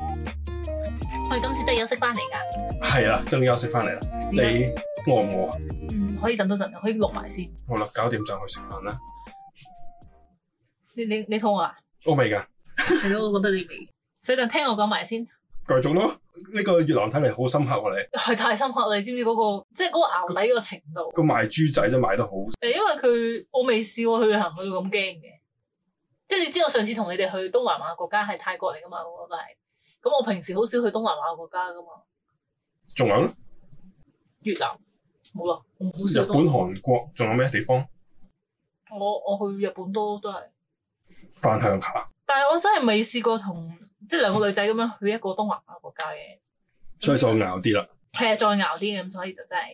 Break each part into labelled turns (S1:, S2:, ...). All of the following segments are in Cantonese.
S1: 我哋今次真係休息翻嚟㗎，
S2: 係啦，終於休息翻嚟啦。你餓唔餓啊？
S1: 嗯可以等多陣，可以錄埋先。
S2: 好啦，九點上去食飯啦。
S1: 你你你肚餓啊？
S2: 我未㗎，
S1: 係咯，我覺得你未。所以就聽我講埋先，
S2: 繼續咯。呢、個越南睇嚟好深刻喎、你
S1: 係太深刻啦！你知唔知嗰、個即係嗰個牛底個程度？
S2: 個賣豬仔真賣得好。
S1: 誒，因為佢我未試過去旅行去到咁驚嘅，即係你知我上次同你哋去東南亞國家係泰國嚟㗎嘛，嗰、個都係。咁我平時好少去東南亞國家㗎嘛，
S2: 仲有咧，
S1: 越南冇啦，我好
S2: 日
S1: 少去東
S2: 本、韓國，仲有咩地方？
S1: 我我去日本多都係。
S2: 飯向下，
S1: 但係我真係未試過同即係兩個女仔咁樣去一個東南亞國家嘅，
S2: 所以就咬啲啦。
S1: 係啊，再熬啲嘅咁，所以就真係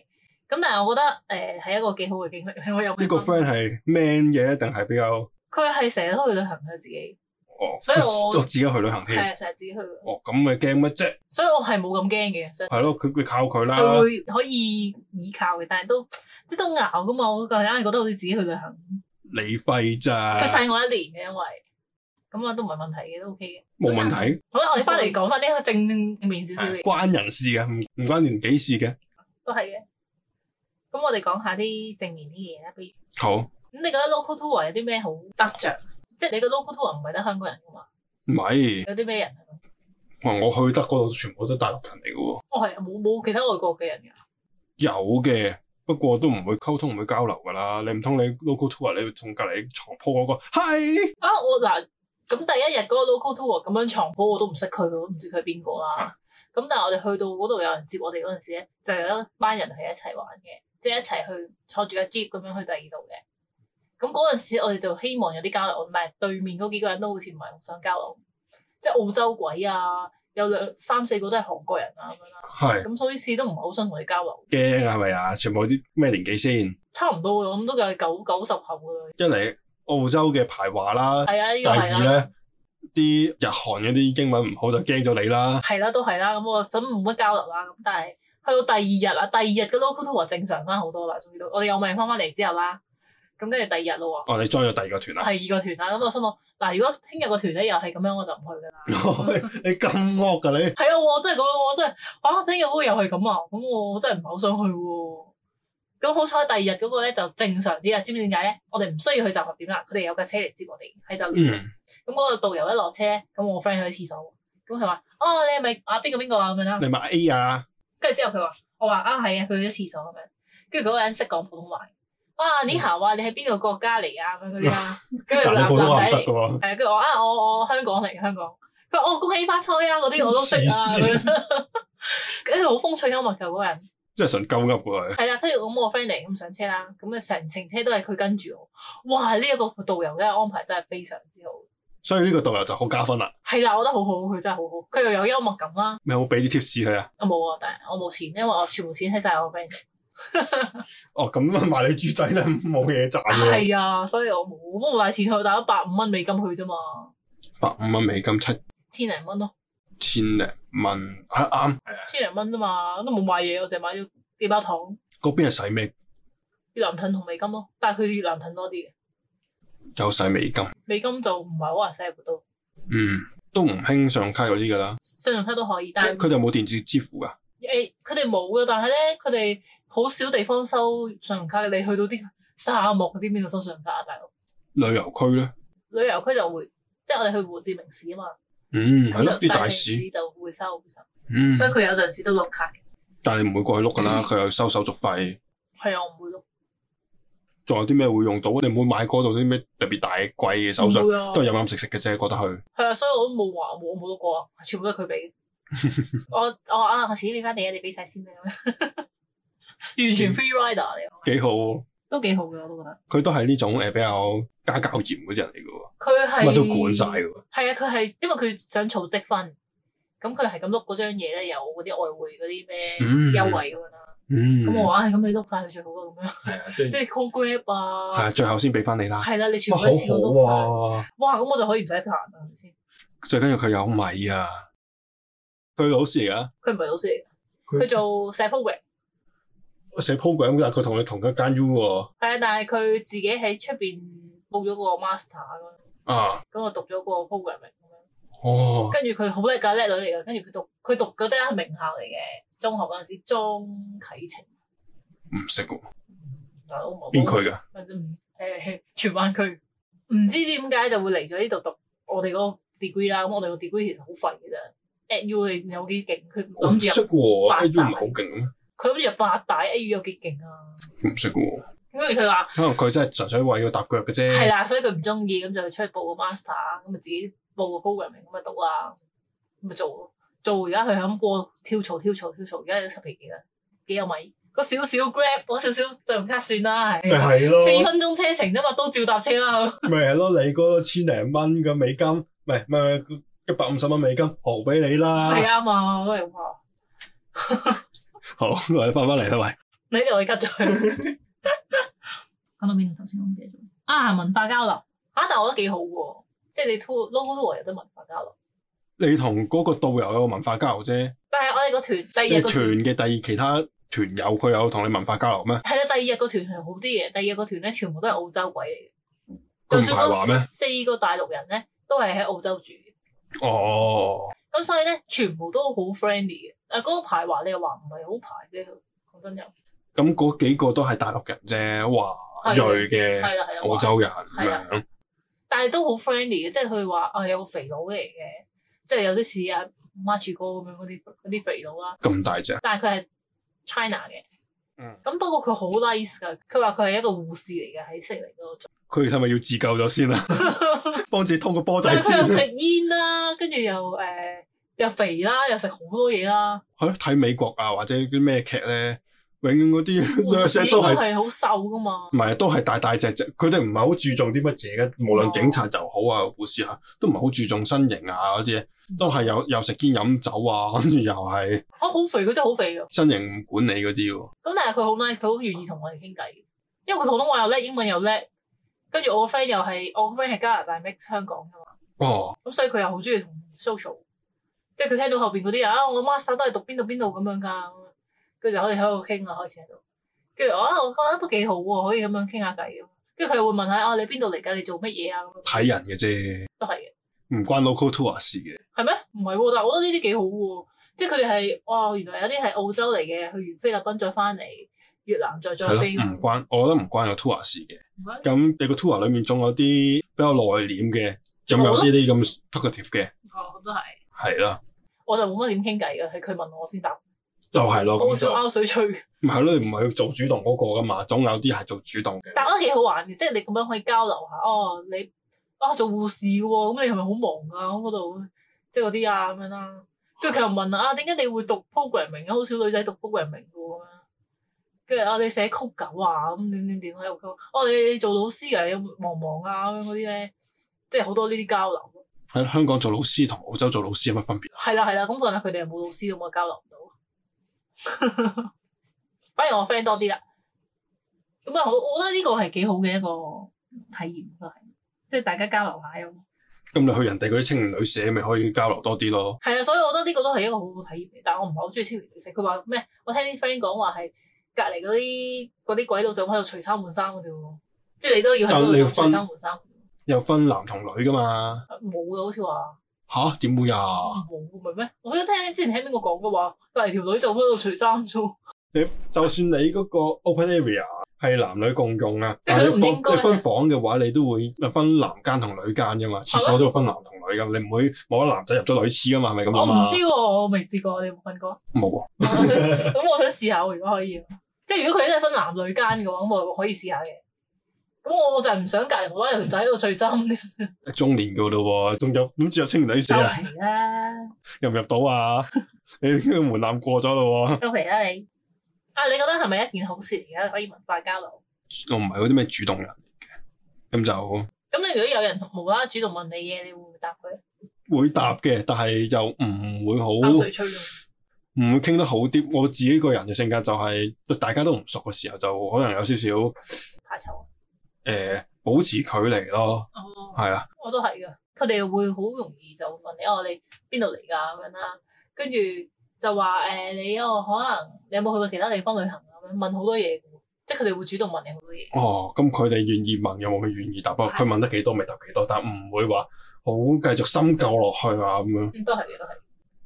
S1: 咁。但係我覺得誒係、一個幾好嘅經歷，我有
S2: 呢個 friend 係 man 嘅，定係比較
S1: 佢係成日都去旅行，佢自己
S2: 哦，
S1: 所以我
S2: 就自己去旅行添。
S1: 係啊，成日自己去，
S2: 哦，咁咪驚乜啫？
S1: 所以我係冇咁驚嘅，所以
S2: 係咯，佢佢靠佢啦。
S1: 佢會可以倚靠嘅，但係都即係都熬噶嘛。我個人硬係覺得好似自己去旅行，
S2: 你廢咋
S1: 佢，細我一年嘅，因為咁啊都唔係問題嘅，都 OK 嘅。
S2: 冇問題，
S1: 好啦，我哋翻嚟講翻呢個正面少少嘅
S2: 係。關人事嘅，唔唔關年紀事嘅。
S1: 都係嘅。咁我哋講下啲正面啲嘢啦，不如
S2: 好，唔
S1: 咁你覺得 local tour 有啲咩好得着？即係你個 local tour 唔係得香港人噶嘛？
S2: 係，
S1: 有啲咩人？
S2: 哇我去得嗰度全部都大陸人嚟嘅喎。
S1: 哦，係啊冇冇其他外國嘅人㗎？
S2: 有嘅，不過都唔會溝通，唔會交流㗎啦。你唔通你 local tour 你同隔離床鋪嗰個係
S1: 啊，我嗱咁第一日嗰個 local tour 咁樣床鋪我都唔識佢，我都唔知佢係邊個啦。咁但係我哋去到嗰度有人接我哋嗰陣時咧，就有一班人係一齊玩嘅，即係一齊去坐住架 jeep 咁樣去第二度嘅。咁嗰陣時我哋就希望有啲交流，但係對面嗰幾個人都好似唔係好想交流，即係澳洲鬼啊，有兩三四個都係韓國人啊咁樣啦。
S2: 係
S1: 咁所以次都唔係好想同佢交流，
S2: 驚啊係咪啊？全部啲咩年紀先？
S1: 差唔多嘅，我諗都有九九十後噶啦。
S2: 一嚟澳洲嘅排華啦，
S1: 係啊，呢
S2: 第
S1: 個
S2: 二
S1: 係啦，
S2: 咧啲日韓嗰啲英文唔好就驚咗你啦。
S1: 係啦，都係啦。咁我想冇乜交流啦。咁但係去到第二日啊，第二日嘅 local tour 正常翻好多啦，終於都我哋有命翻翻嚟之後啦。咁跟住第二日咯
S2: 哦，你 join 咗第二個 團啦。
S1: 喎，第二個團啦。咁我心諗嗱，如果聽日個團咧又係咁樣，我就唔去噶啦。
S2: 哦你咁惡噶你？
S1: 係啊，我真係咁樣，我真係啊，聽日嗰個又係咁啊，咁我真係唔係好想去喎。咁好彩第二日嗰個咧就正常啲啊，知唔知點解咧？我哋唔需要去集合點啦，佢哋有架車嚟接我哋喺酒店。
S2: 嗯，
S1: 咁嗰個導遊一落車，咁我 friend 去咗廁所，咁佢話：哦，你係咪啊邊個邊個啊咁樣啦？
S2: 你買 A 啊？
S1: 跟住之後佢話：我話啊係啊，佢去咗廁所咁樣。跟住嗰個人識講普通話，哇！你好啊，你係邊個國家嚟啊？咁樣嗰啲啦。跟住
S2: 但你
S1: 男
S2: 普通話
S1: 男
S2: 唔得
S1: 仔
S2: 噶
S1: 嚟，
S2: 喎。
S1: 係啊跟住我啊，我我香港嚟嘅香港。佢話：哦，恭喜發財啊！嗰啲我都識啊
S2: 黐
S1: 咁樣。 跟住好風趣幽默㗎嗰個人。
S2: 即係純鳩噏喎佢。
S1: 係啦，跟住咁我 friend 嚟咁上車啦，咁啊成程車都係佢跟住我。哇！呢、一個導遊嘅安排真係非常之好。
S2: 所以呢個導遊就好加分啦。
S1: 係啦，我覺得好好，佢真係好好，佢又有幽默感啦。
S2: 你有冇俾啲 tips 佢啊？
S1: 我冇啊，但係我冇錢，因為我全部錢喺晒我 friend
S2: 哦，咁賣你豬仔真係冇嘢賺嘅。
S1: 係啊，所以我冇我冇帶錢去，帶咗百五蚊美金去啫嘛，
S2: 百五蚊美金七
S1: 千零蚊咯，
S2: 千零蚊，啊啱。
S1: 千零蚊啫嘛，都冇買嘢，我淨係買咗幾包糖、
S2: 嗰邊係使咩？
S1: 越南盾同美金咯，但係佢越南盾多啲嘅，
S2: 有使美金。
S1: 美金就唔係好 accept 到，
S2: 嗯，都唔興上卡嗰啲噶啦。
S1: 信用卡都可以，但係
S2: 佢哋有冇電子支付噶？
S1: 誒佢哋冇嘅，但係咧佢哋好少地方收信用卡嘅，你去到啲沙漠嗰啲邊度收信用卡啊，大佬？
S2: 旅遊區咧？
S1: 旅遊區就會，即係我哋去胡志明市啊嘛，
S2: 嗯，
S1: 咁
S2: 係咯，
S1: 就
S2: 啲
S1: 大
S2: 大
S1: 城
S2: 市。
S1: 市就會收會收，
S2: 嗯，
S1: 所以嗯佢有陣時都碌卡嘅，
S2: 但係你唔會過去碌噶啦，佢又收手續費。
S1: 係啊，我唔會碌，
S2: 仲有啲咩會用到？你唔會買嗰度啲咩特別大貴嘅手信
S1: 唔？會啊
S2: 都係飲飲食食嘅啫，覺得佢
S1: 係啊，所以我都冇話冇冇得過啊，全部都係佢 俾嘅。我我啊，我自己俾翻你啊，你俾晒先啦咁樣， 完
S2: 嗯
S1: 全 free rider 嚟啊，
S2: 幾好。
S1: 都幾好嘅我都覺得。
S2: 佢都係呢種呃誒比較家教嚴嗰啲人嚟嘅
S1: 佢
S2: 喎，
S1: 係
S2: 乜都管晒嘅喎。
S1: 係啊，佢係因為佢想儲積分，咁佢係咁碌嗰張嘢咧，有嗰啲外匯嗰啲咩
S2: 嗯
S1: 優惠咁樣啦。
S2: 嗯，
S1: 咁我話唉咁你碌晒佢最好啊，咁樣
S2: 係啊，即
S1: 即
S2: 係
S1: 係 call grab 啊，
S2: 係最後先俾翻你啦。
S1: 係啦，你全
S2: 哇，
S1: 部
S2: 好
S1: 都試過碌晒。
S2: 好啊！
S1: 哇，咁我就可以唔使煩啦，係咪先？
S2: 最緊要佢有米啊，佢老師嚟
S1: 佢唔係老師嚟
S2: 佢
S1: 嘅，佢做 s e p r o g r a m
S2: 噶，寫 program，但係佢同你同一間 U 喎。
S1: 係啊，但係佢自己喺出邊報咗個 master 咁樣
S2: 啊，
S1: 咁我讀咗個 programming 咁樣。
S2: 哦，
S1: 跟住佢好叻㗎，叻女嚟㗎。跟住佢讀佢讀嗰啲係名校嚟嘅，中學嗰陣時莊啟程，
S2: 唔識喎，
S1: 但係我冇
S2: 邊區㗎？
S1: 反正唔誒荃灣區，唔知點解就會嚟咗呢度讀我哋嗰個 degree 啦。咁我哋個 degree 其實好廢嘅啫。at U 你有幾勁？佢
S2: 我唔
S1: 諗住
S2: 識
S1: 入
S2: 喎
S1: 八
S2: a
S1: 大
S2: u 唔係好勁嘅咩？
S1: 佢諗住入八大 at U 有幾勁啊？
S2: 唔識嘅喎，
S1: 跟住佢話。
S2: 可能佢真係純粹為咗搭腳嘅啫。
S1: 係啦，所以佢唔中意，咁就出去報個 master，咁咪自己報個 programming 咁咪讀啊，咁咪做咯做而家佢喺過跳槽跳槽跳槽，而家有十皮幾啦，幾有米？個少少 grab，嗰少少信用卡算啦，
S3: 咪
S1: 係
S3: 係咯，
S1: 四分鐘車程啫嘛，都照搭車啦。
S3: 咪係咯，你嗰個千零蚊嘅美金，唔係唔係一百五十蚊美金，豪俾你啦。
S1: 係啊嘛，我又話
S2: 好，我哋翻返嚟啦，喂，
S1: 你哋我 cut 咗佢。講到邊啊頭先我唔記得咗啊，文化交流啊，但係我覺得幾好喎，即係你 tour local tour 有得文化交流，
S2: 你同嗰個導遊有個文化交流啫，
S1: 但係我哋個團第
S2: 你
S1: 二個
S2: 團嘅第二其他團友佢有同你文化交流咩？
S1: 係啦，第二日個團係好啲嘅，第二日個團咧全部都係澳洲鬼嚟嘅，就
S2: 佢唔
S1: 算
S2: 排華咩
S1: 嗰四個大陸人咧都係喺澳洲住嘅，
S2: 哦，
S1: 咁所以咧全部都好 friendly 嘅。啊，嗰個排華你又話唔係好排啫，講真又
S2: 咁嗰幾個都係大陸人啫，華裔
S1: 係係
S2: 嘅
S1: 啦係啊啦，
S2: 澳
S1: 華
S2: 洲人咁樣。
S1: 但係都好 friendly 嘅，即係佢話啊有個肥佬嚟嘅，即係有啲似啊 March 哥咁樣嗰啲嗰啲肥佬啦，
S2: 咁大隻，
S1: 但係佢係 China 嘅，
S2: 嗯，
S1: 咁不過佢好 nice 㗎，佢話佢係一個護士嚟嘅喺悉尼嗰度做。
S2: 佢係咪要自救咗先啊？幫自己通個波仔
S1: 但係啊
S2: 先
S1: 佢，又食煙啦，跟住又誒、呃又肥啦，又食好多嘢啦，
S2: 係咯睇美國啊，或者啲咩劇咧，永遠 嗰啲
S1: 護
S2: nurse
S1: 士
S2: 咧都
S1: 應該
S2: 係。
S1: 係好瘦噶嘛。
S2: 唔係，都係大大隻隻，佢哋唔係好注重啲乜嘢嘅，無
S1: 哦
S2: 論警察又好啊，護士啊，都唔係好注重身形啊嗰啲嘢，都係有又食煙飲酒啊， 跟住又係
S1: 我啊好肥，佢真係好肥㗎。
S2: 身形管理嗰啲喎。
S1: 咁但係佢好 nice，佢好願意同我哋傾偈，因為佢普通話又叻，英文又叻。跟住我個 friend 又係，我個 friend 係加拿大 mix 香港㗎嘛，
S2: 哦，
S1: 咁所以佢又好中意同 social，即係佢聽到後邊嗰啲人啊，我 master 都係讀邊度邊度咁樣㗎，跟住就可以喺度傾啦，開始喺度。跟住我啊，我覺得都幾好喎，可以咁樣傾下偈咁。跟住佢又會問下啊，你邊度嚟㗎？你做乜嘢啊？咁
S2: 睇人嘅啫，
S1: 都係嘅。
S2: 唔關 local tour 事嘅。
S1: 係咩？唔係喎，但係我覺得呢啲幾好喎，即係佢哋係哇，原來有啲係澳洲嚟嘅，去完菲律賓再翻嚟，越南再再
S2: 係咯，嗯
S1: 飛喎，
S2: 唔關，我覺得唔關個 tour 事嘅。
S1: 唔係
S2: 咁你個 tour 裏面仲有啲比較內斂嘅，咁有啲啲咁 talkative 嘅，
S1: 我哦都係，
S2: 係啦，
S1: 我就冇乜點傾偈嘅，係佢問我先答，
S2: 就係咯。
S1: 我好
S2: 咁
S1: 少
S2: 就
S1: 拗水吹，
S2: 唔係咯，你唔係要做主動嗰個噶嘛，總有啲係做主動嘅。
S1: 但係我覺得幾好玩嘅，即係你咁樣可以交流下，哦，你啊做護士喎，咁你係咪好忙㗎？啊咁嗰度即係嗰啲啊咁樣啦，跟住佢又問啊，點解你會讀 programming 嘅？好少女仔讀 programming 嘅喎咁樣。跟住我哋寫曲九啊，咁點點點喺度溝。我哋做老師嘅，有忙唔忙啊咁樣嗰啲咧，即係好多呢啲交流。
S2: 喺香港做老師同澳洲做老師有乜分別？啊
S1: 係啦係啦，咁可能佢哋又冇老師，咁我交流唔到。 反而我 friend 多啲啦。咁啊，我我覺得呢個係幾好嘅一個體驗都係，即係大家交流下咁。
S2: 咁你去人哋嗰啲青年旅社咪可以交流多啲咯。
S1: 係啊，所以我覺得呢個都係一個好好體驗嚟，但係我唔係好中意青年旅社。佢話咩？我聽啲 friend 講話係隔離嗰啲嗰啲鬼佬就喺度除衫換衫嘅啫喎，即係你都要喺
S2: 但
S1: 嗰
S2: 你要
S1: 度除
S2: 分
S1: 衫換衫。
S2: 又分男同女噶嘛？
S1: 冇嘅，好似話
S2: 吓？點會啊？
S1: 冇唔係咩？我記得聽之前聽邊個講嘅話，隔離條女就喺度除衫啫，
S2: 就算你嗰個 open area 係男女共用 啊，
S1: 即係
S2: 但
S1: 佢都
S2: 係
S1: 唔
S2: 你分
S1: 應該
S2: 你分房嘅話，你都會分男間同女間
S1: 啊
S2: 噶嘛？廁所都會分男同女噶，你唔會冇得男仔入咗女廁噶嘛？係咪咁
S1: 我
S2: 諗
S1: 唔
S2: 啊？
S1: 知喎，我未試過，你有冇瞓 過？
S2: 冇啊，
S1: 我想咁我想試下喎，如果可以，啊即係如果佢真係分男女間嘅話，咁我可以試下嘅。咁我就係唔想隔離好多人仔喺度除衫，
S2: 中年噶咯喎，仲有諗住入青年旅社
S1: 收
S2: 啊？
S1: 皮啦。
S2: 入唔入到啊？ 你呢個門檻過咗咯喎，
S1: 收皮啦你。啊，你覺得係咪一件好事嚟嘅？可以文化交流。
S2: 我唔係嗰啲咩主動人嚟嘅，咁就。
S1: 咁你如果有人無啦啦主動問你嘢，你會唔會答佢？
S2: 會答嘅，但係又唔會好，
S1: 口水吹
S2: 唔會傾得好啲。我自己個人嘅性格就係、大家都唔熟嘅時候，就可能有少少誒、
S1: 怕醜。
S2: 呃保持距離咯。
S1: 哦，
S2: 係啊，
S1: 我都係㗎。佢哋會好容易就問你哦，你邊度嚟㗎咁樣啦，跟住就話誒、你哦可能你有冇去過其他地方旅行啊？咁樣問好多嘢㗎喎。即係佢哋會主動問你好多嘢。
S4: 哦，咁佢哋願意問嘅，我咪願意答。不過佢問得幾多咪答幾多，但唔會話好繼續深究落去啊咁樣，
S1: 嗯都係嘅，都係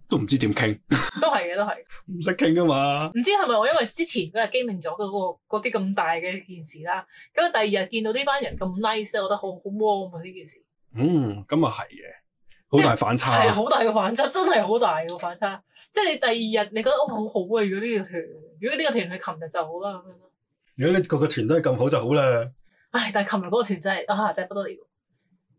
S4: 都唔知點傾，
S1: 嘅，都係嘅，都係嘅。
S4: 唔識傾噶啊嘛。
S1: 唔知係咪我因為之前嗰日經歷咗嗰個嗰啲咁大嘅件事啦，咁啊第二日見到呢班人咁 nice 咧，我覺得好好 warm 啊呢件事，
S4: 嗯，咁啊係嘅，好大反差
S1: 係
S4: 啊。
S1: 好大嘅反差，真係好大嘅反差。即係你第二日你覺得哦好好啊，如果呢個團，如果呢個團係琴日就好啦咁樣咯。
S2: 如果你個個團都係咁好就好啦。
S1: 唉，但係琴日嗰個團真係啊真係不得了。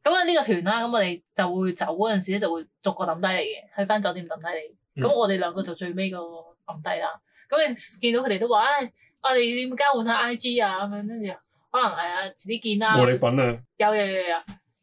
S1: 咁啊呢個團啦，咁我哋就會走嗰陣時咧就會逐個抌低你嘅，喺翻酒店抌低你。咁、
S4: 嗯
S1: 我哋兩個就最尾個抌低啦。咁你見到佢哋都話，啊唉、我哋要交換下 I G 啊咁樣，跟住可能係啊遲啲見啦。
S2: 冇你份啊！
S1: 有有有有。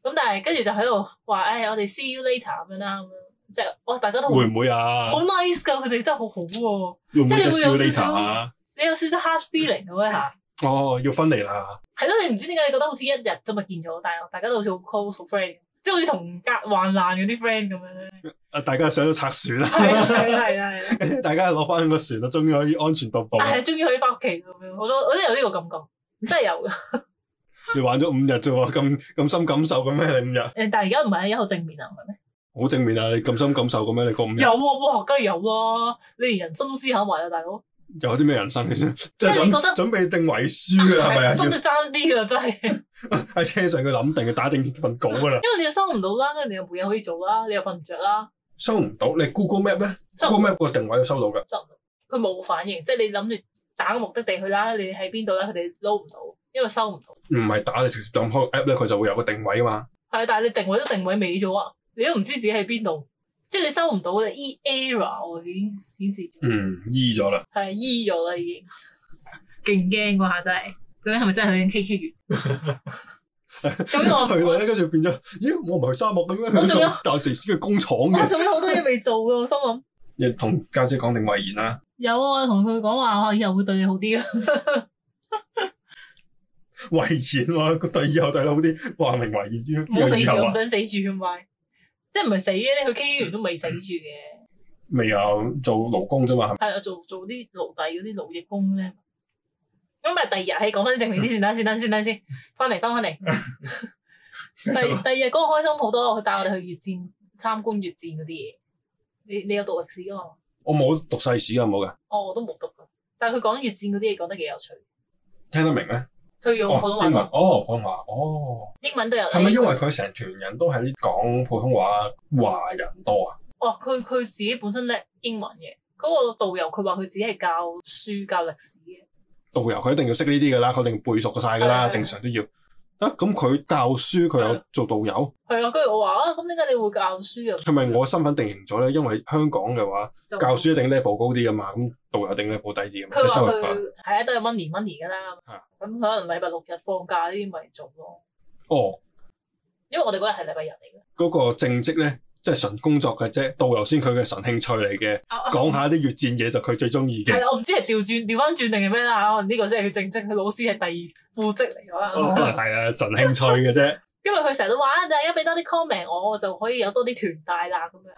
S1: 咁但係跟住就喺度話，唉、我哋 see you later 咁樣啦，咁樣即係哇，大家都好
S2: 會唔會啊？
S1: 哦好 nice 㗎，佢哋真係好好、喎。
S2: 會唔會就
S1: 即係會有
S2: s 你
S1: 少少
S2: 啊？
S1: 你有少少 hard feeling 咁樣嚇。
S2: 哦，要分離啦。
S1: 係咯，你唔知點解你覺得好似一日啫嘛見咗，但係大家都好似好 close 好 friend，即係好似同隔患難嗰啲 friend 咁樣咧。
S2: 啊，大家上咗拆船
S1: 係啊係
S2: 啦，
S1: 啊係啊係啊，
S2: 大家攞翻個船啊啦，終於可以安全到步
S1: 但。係終於可以翻屋企咁樣，我都我都有呢個感覺，真係有嘅。
S2: 你玩咗五日啫喎，咁咁深感受咁咩？你五日
S1: 誒，但係而家唔係一好正面啊，唔係咩？
S2: 好正面啊！你咁深感受咁咩？你個五日
S1: 有喎，哇，梗係有啦！你連人生都思考埋啊，大佬，
S2: 有啲咩人生 嘅先？即
S1: 係
S2: 係
S1: 你覺得
S2: 準準備定遺書啊？係咪啊？
S1: 真係爭啲啦，真係， 因
S2: 要喺車上佢諗定，佢打定份稿噶啦。
S1: 為你又收唔到啦，跟住你又冇嘢可以做啦，你又瞓唔着啦，
S2: 收唔到，你 Google Map 咧
S1: 收唔
S2: ，Google Map 個定位都收到噶。
S1: 就佢冇反應，即係你諗住打個目的地去啦，你喺邊度啦，佢哋撈唔到，因為收唔到。
S2: 唔係打你直接就咁開個 app 咧，佢就會有個定位啊嘛。
S1: 係，但係你定位都定位尾咗啊！你都唔知自己喺邊度，即係你收唔到嘅 E error，我已經顯示
S2: 嗯，醫咗啦。
S1: 係 E 咗啦，已經勁驚嗰下真係，究竟係咪真係去 緊 KK 園？咁
S2: 去到
S1: 我
S2: 咧，跟住變咗，咦？我唔係去沙漠咁樣，
S1: 我仲
S2: 去
S1: 有
S2: 到大城市嘅工廠
S1: 我
S2: 嘅。
S1: 仲有好多嘢未做㗎，我心諗
S2: 你同家姐講定遺言啦。
S1: 有啊，同佢講話我以後會對你好啲啊。
S2: 遺言喎，個對以後對你好啲，話明遺言
S1: 唔好
S2: 啲
S1: 死
S2: 以
S1: 住，
S2: 後
S1: 我唔
S2: 啊，
S1: 想死住咁咪，即係唔係死嘅？你去 KK 園都未死住嘅，
S2: 未有做勞工啫嘛，
S1: 係啊，做做啲奴隸嗰啲奴役工咧。咁但係第二日，係講翻啲正面啲先，等先，等先，等先，翻嚟，翻翻嚟。第第二日嗰個開心好多，佢帶我哋去越戰參觀越戰嗰啲嘢。你你有讀歷史噶嘛？
S2: 我冇讀世史噶，冇噶，
S1: 哦，我都冇讀噶。但係佢講越戰嗰啲嘢講得幾有趣。
S2: 聽得明咩？
S1: 佢用普通
S2: 哦，
S1: 話
S2: 英文，
S1: 講，
S2: 哦，普通話，哦，
S1: 英文都有。
S2: 係咪因為佢成團人都係講普通話華人多啊？
S1: 哦，佢佢自己本身叻英文嘅。嗰個導遊佢話佢自己係教書教歷史嘅。
S2: 導遊佢一定要識呢啲噶啦，佢一定背熟晒噶啦，
S1: 係
S2: 正常都要。啊，咁佢教書，佢有做導遊，
S1: 係啊，跟住我話啊，咁點解你會教書啊？
S2: 係咪我身份定型咗咧？因為香港嘅話，
S1: 就
S2: 教書一定 level 高啲噶嘛，咁導遊一定 level 低啲噶
S1: 佢
S2: 嘛，
S1: 話
S2: 即係收入高。
S1: 佢係啊，都係 money money 㗎啦
S2: 啊。
S1: 咁可能禮拜六日放假呢啲咪做咯，
S2: 哦，
S1: 因為我哋嗰日係禮拜日嚟嘅。
S2: 嗰個正職咧，即係純工作嘅啫，導遊先佢嘅純興趣嚟嘅。
S1: 啊
S2: 講下啲越戰嘢就佢最中意
S1: 係啊
S2: 嘅。
S1: 啦，我唔知係調轉調翻轉定係咩啦，可能呢個先係佢正職，佢老師係第二副職嚟㗎
S2: 可能
S1: 啦。
S2: 係啊，純興趣嘅啫。
S1: 因為佢成日都話啊，大家俾多啲 comment 我，我就可以有多啲團帶啦，咁樣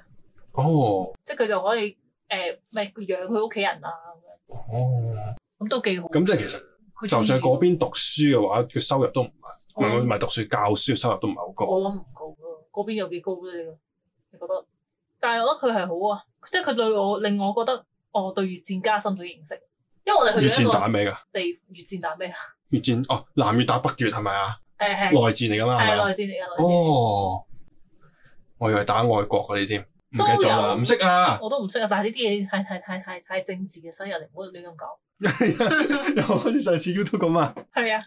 S2: 哦，
S1: 即係佢就可以誒，咪養佢屋企人啊，
S2: 哦，
S1: 咁樣咁都幾好。
S2: 咁即係其實
S1: 佢
S2: 就算喺嗰
S1: 中意哦
S2: 邊讀書嘅話，佢收入都唔係，唔係唔
S1: 我
S2: 係讀書教書嘅收入都唔係好高。
S1: 我諗唔高咯，嗰邊有幾高咧？你你覺得？但係我覺得佢係好啊，即係佢對我令我覺得我對越戰加深咗認識，因為我哋去
S2: 越
S1: 咗一
S2: 戰
S1: 個
S2: 打咩㗎？
S1: 地越戰打咩啊？
S2: 越戰哦，南越打北越係咪啊？
S1: 誒係
S2: 內戰嚟㗎嘛
S1: 係
S2: 係咪
S1: 內
S2: 啊？
S1: 戰嚟嘅內戰，
S2: 哦，我以為打外國嗰啲添，唔記得咗啦，
S1: 都有
S2: 唔識啊。
S1: 我都唔識啊！但係呢啲嘢太太太太太政治嘅，所以我哋唔好亂咁講。
S2: 又好似上次 YouTube 咁啊，
S1: 係啊，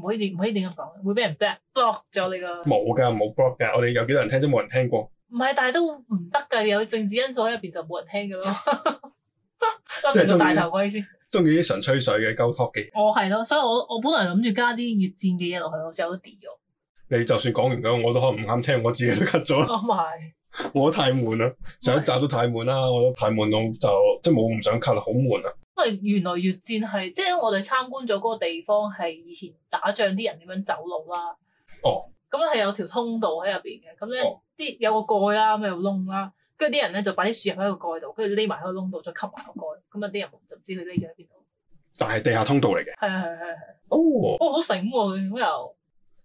S1: 唔可以亂唔可以亂咁講，會俾人 block block 咗你 個。
S2: 冇㗎，冇 blog 㗎，我哋有幾多人聽啫，冇人聽過。
S1: 唔係，但係都唔得㗎，有政治因素喺入邊就冇人聽㗎咯。
S2: 即係
S1: 戴
S2: 中
S1: 大
S2: 意
S1: 頭盔先。
S2: 中意啲純吹水嘅鳩 talk 嘅，
S1: 我係咯，所以我我本來諗住加啲越戰嘅嘢落去，我最後都跌咗。
S2: 你就算講完咁，我都可能唔啱聽，我自己都 cut 咗，
S1: 我咪
S2: 我都太悶啦，上一集都太悶啦，我覺得太悶，我就即係冇唔想 cut 啦，好悶啊！
S1: 因為原來越戰係即係我哋參觀咗嗰個地方係以前打仗啲人點樣走路啦。
S2: 哦。
S1: 咁咧係有條通道喺入邊嘅，咁咧
S2: 哦
S1: 啲有個蓋啦，咁有窿啦，跟住啲人咧就擺啲樹入喺個蓋度，跟住匿埋喺個窿度，再吸埋個蓋，咁啊啲人就唔知佢匿咗喺邊度。
S2: 但係地下通道嚟嘅。
S1: 係啊係啊係啊，
S2: 哦，
S1: 哦好醒喎，咁又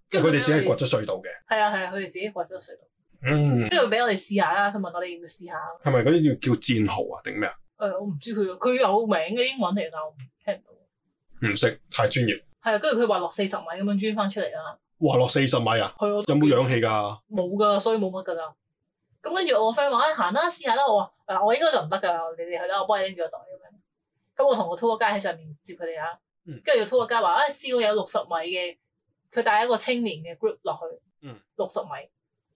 S2: 即係佢哋只係掘咗隧道嘅。
S1: 係啊係啊，佢哋自己掘咗隧道，
S2: 嗯，
S1: 跟住俾我哋試下啦。佢問我哋要唔要試下，
S2: 係咪嗰啲叫叫戰壕啊定咩啊？
S1: 誒我唔知佢佢有名嘅英文嚟，但我聽唔到。
S2: 唔識，太專業。
S1: 係啊，跟住佢話落四十米咁樣鑽翻出嚟啦。
S2: 哇，落四十米啊！
S1: 係咯，
S2: 有冇氧氣㗎？
S1: 冇噶，所以冇乜噶咋。咁跟住我 friend 話：，哎行啦，試下啦。我話：嗱，我應該就唔得噶，你哋去啦，我幫你拎住個袋咁樣。咁我同個 tour guide 喺上面接佢哋啦
S2: 嗯。
S1: 跟住個 tour guide 話：，啊、試過有六十米嘅，佢帶一個青年嘅 group 落去，
S2: 嗯，
S1: 六十米。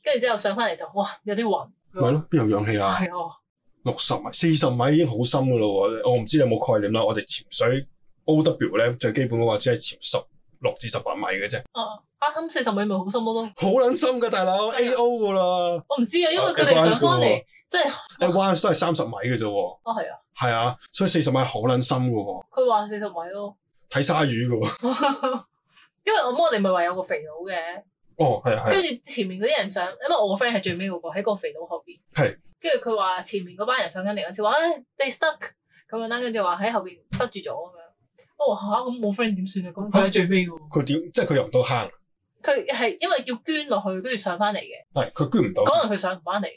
S1: 跟住之後上翻嚟就哇，有啲暈。
S2: 咪係咯，邊有氧氣啊？
S1: 係啊，
S2: 六十米、四十米已經好深噶咯喎！我唔知你有冇概念啦。我哋潛水 O W 咧最基本嘅話，只係潛十六至十八米嘅啫，
S1: 啊啊咁四十米咪好深咯咯。
S2: 好撚深噶大佬 A O 噶啦
S1: 我唔知啊，因為
S2: 啊
S1: 佢哋上
S2: advance
S1: 翻
S2: 㗎
S1: 嚟，即係
S2: a d v a n c 都係三十米嘅啫喎。
S1: 啊係啊，
S2: 係啊，所以四十米好撚深噶喎，
S1: 佢話四十米咯。
S2: 睇鯊魚噶喎。
S1: 因為我咁我哋咪話有個肥佬嘅。
S2: 哦，係啊，係啊
S1: 跟住前面嗰啲人上，因為我個 friend 係最尾嗰個，喺個肥佬後邊。
S2: 係。
S1: 跟住佢話前面嗰班人上緊嚟嗰時話，唉、t h e y stuck 咁樣啦，跟住話喺後邊塞住咗咁樣。我話嚇，咁我 friend 點算啊？咁佢喺最尾喎。
S2: 佢點即係佢入唔到坑，
S1: 佢係因為要捐落去，跟住上翻嚟嘅。
S2: 係佢捐唔到。
S1: 可能佢上唔翻嚟，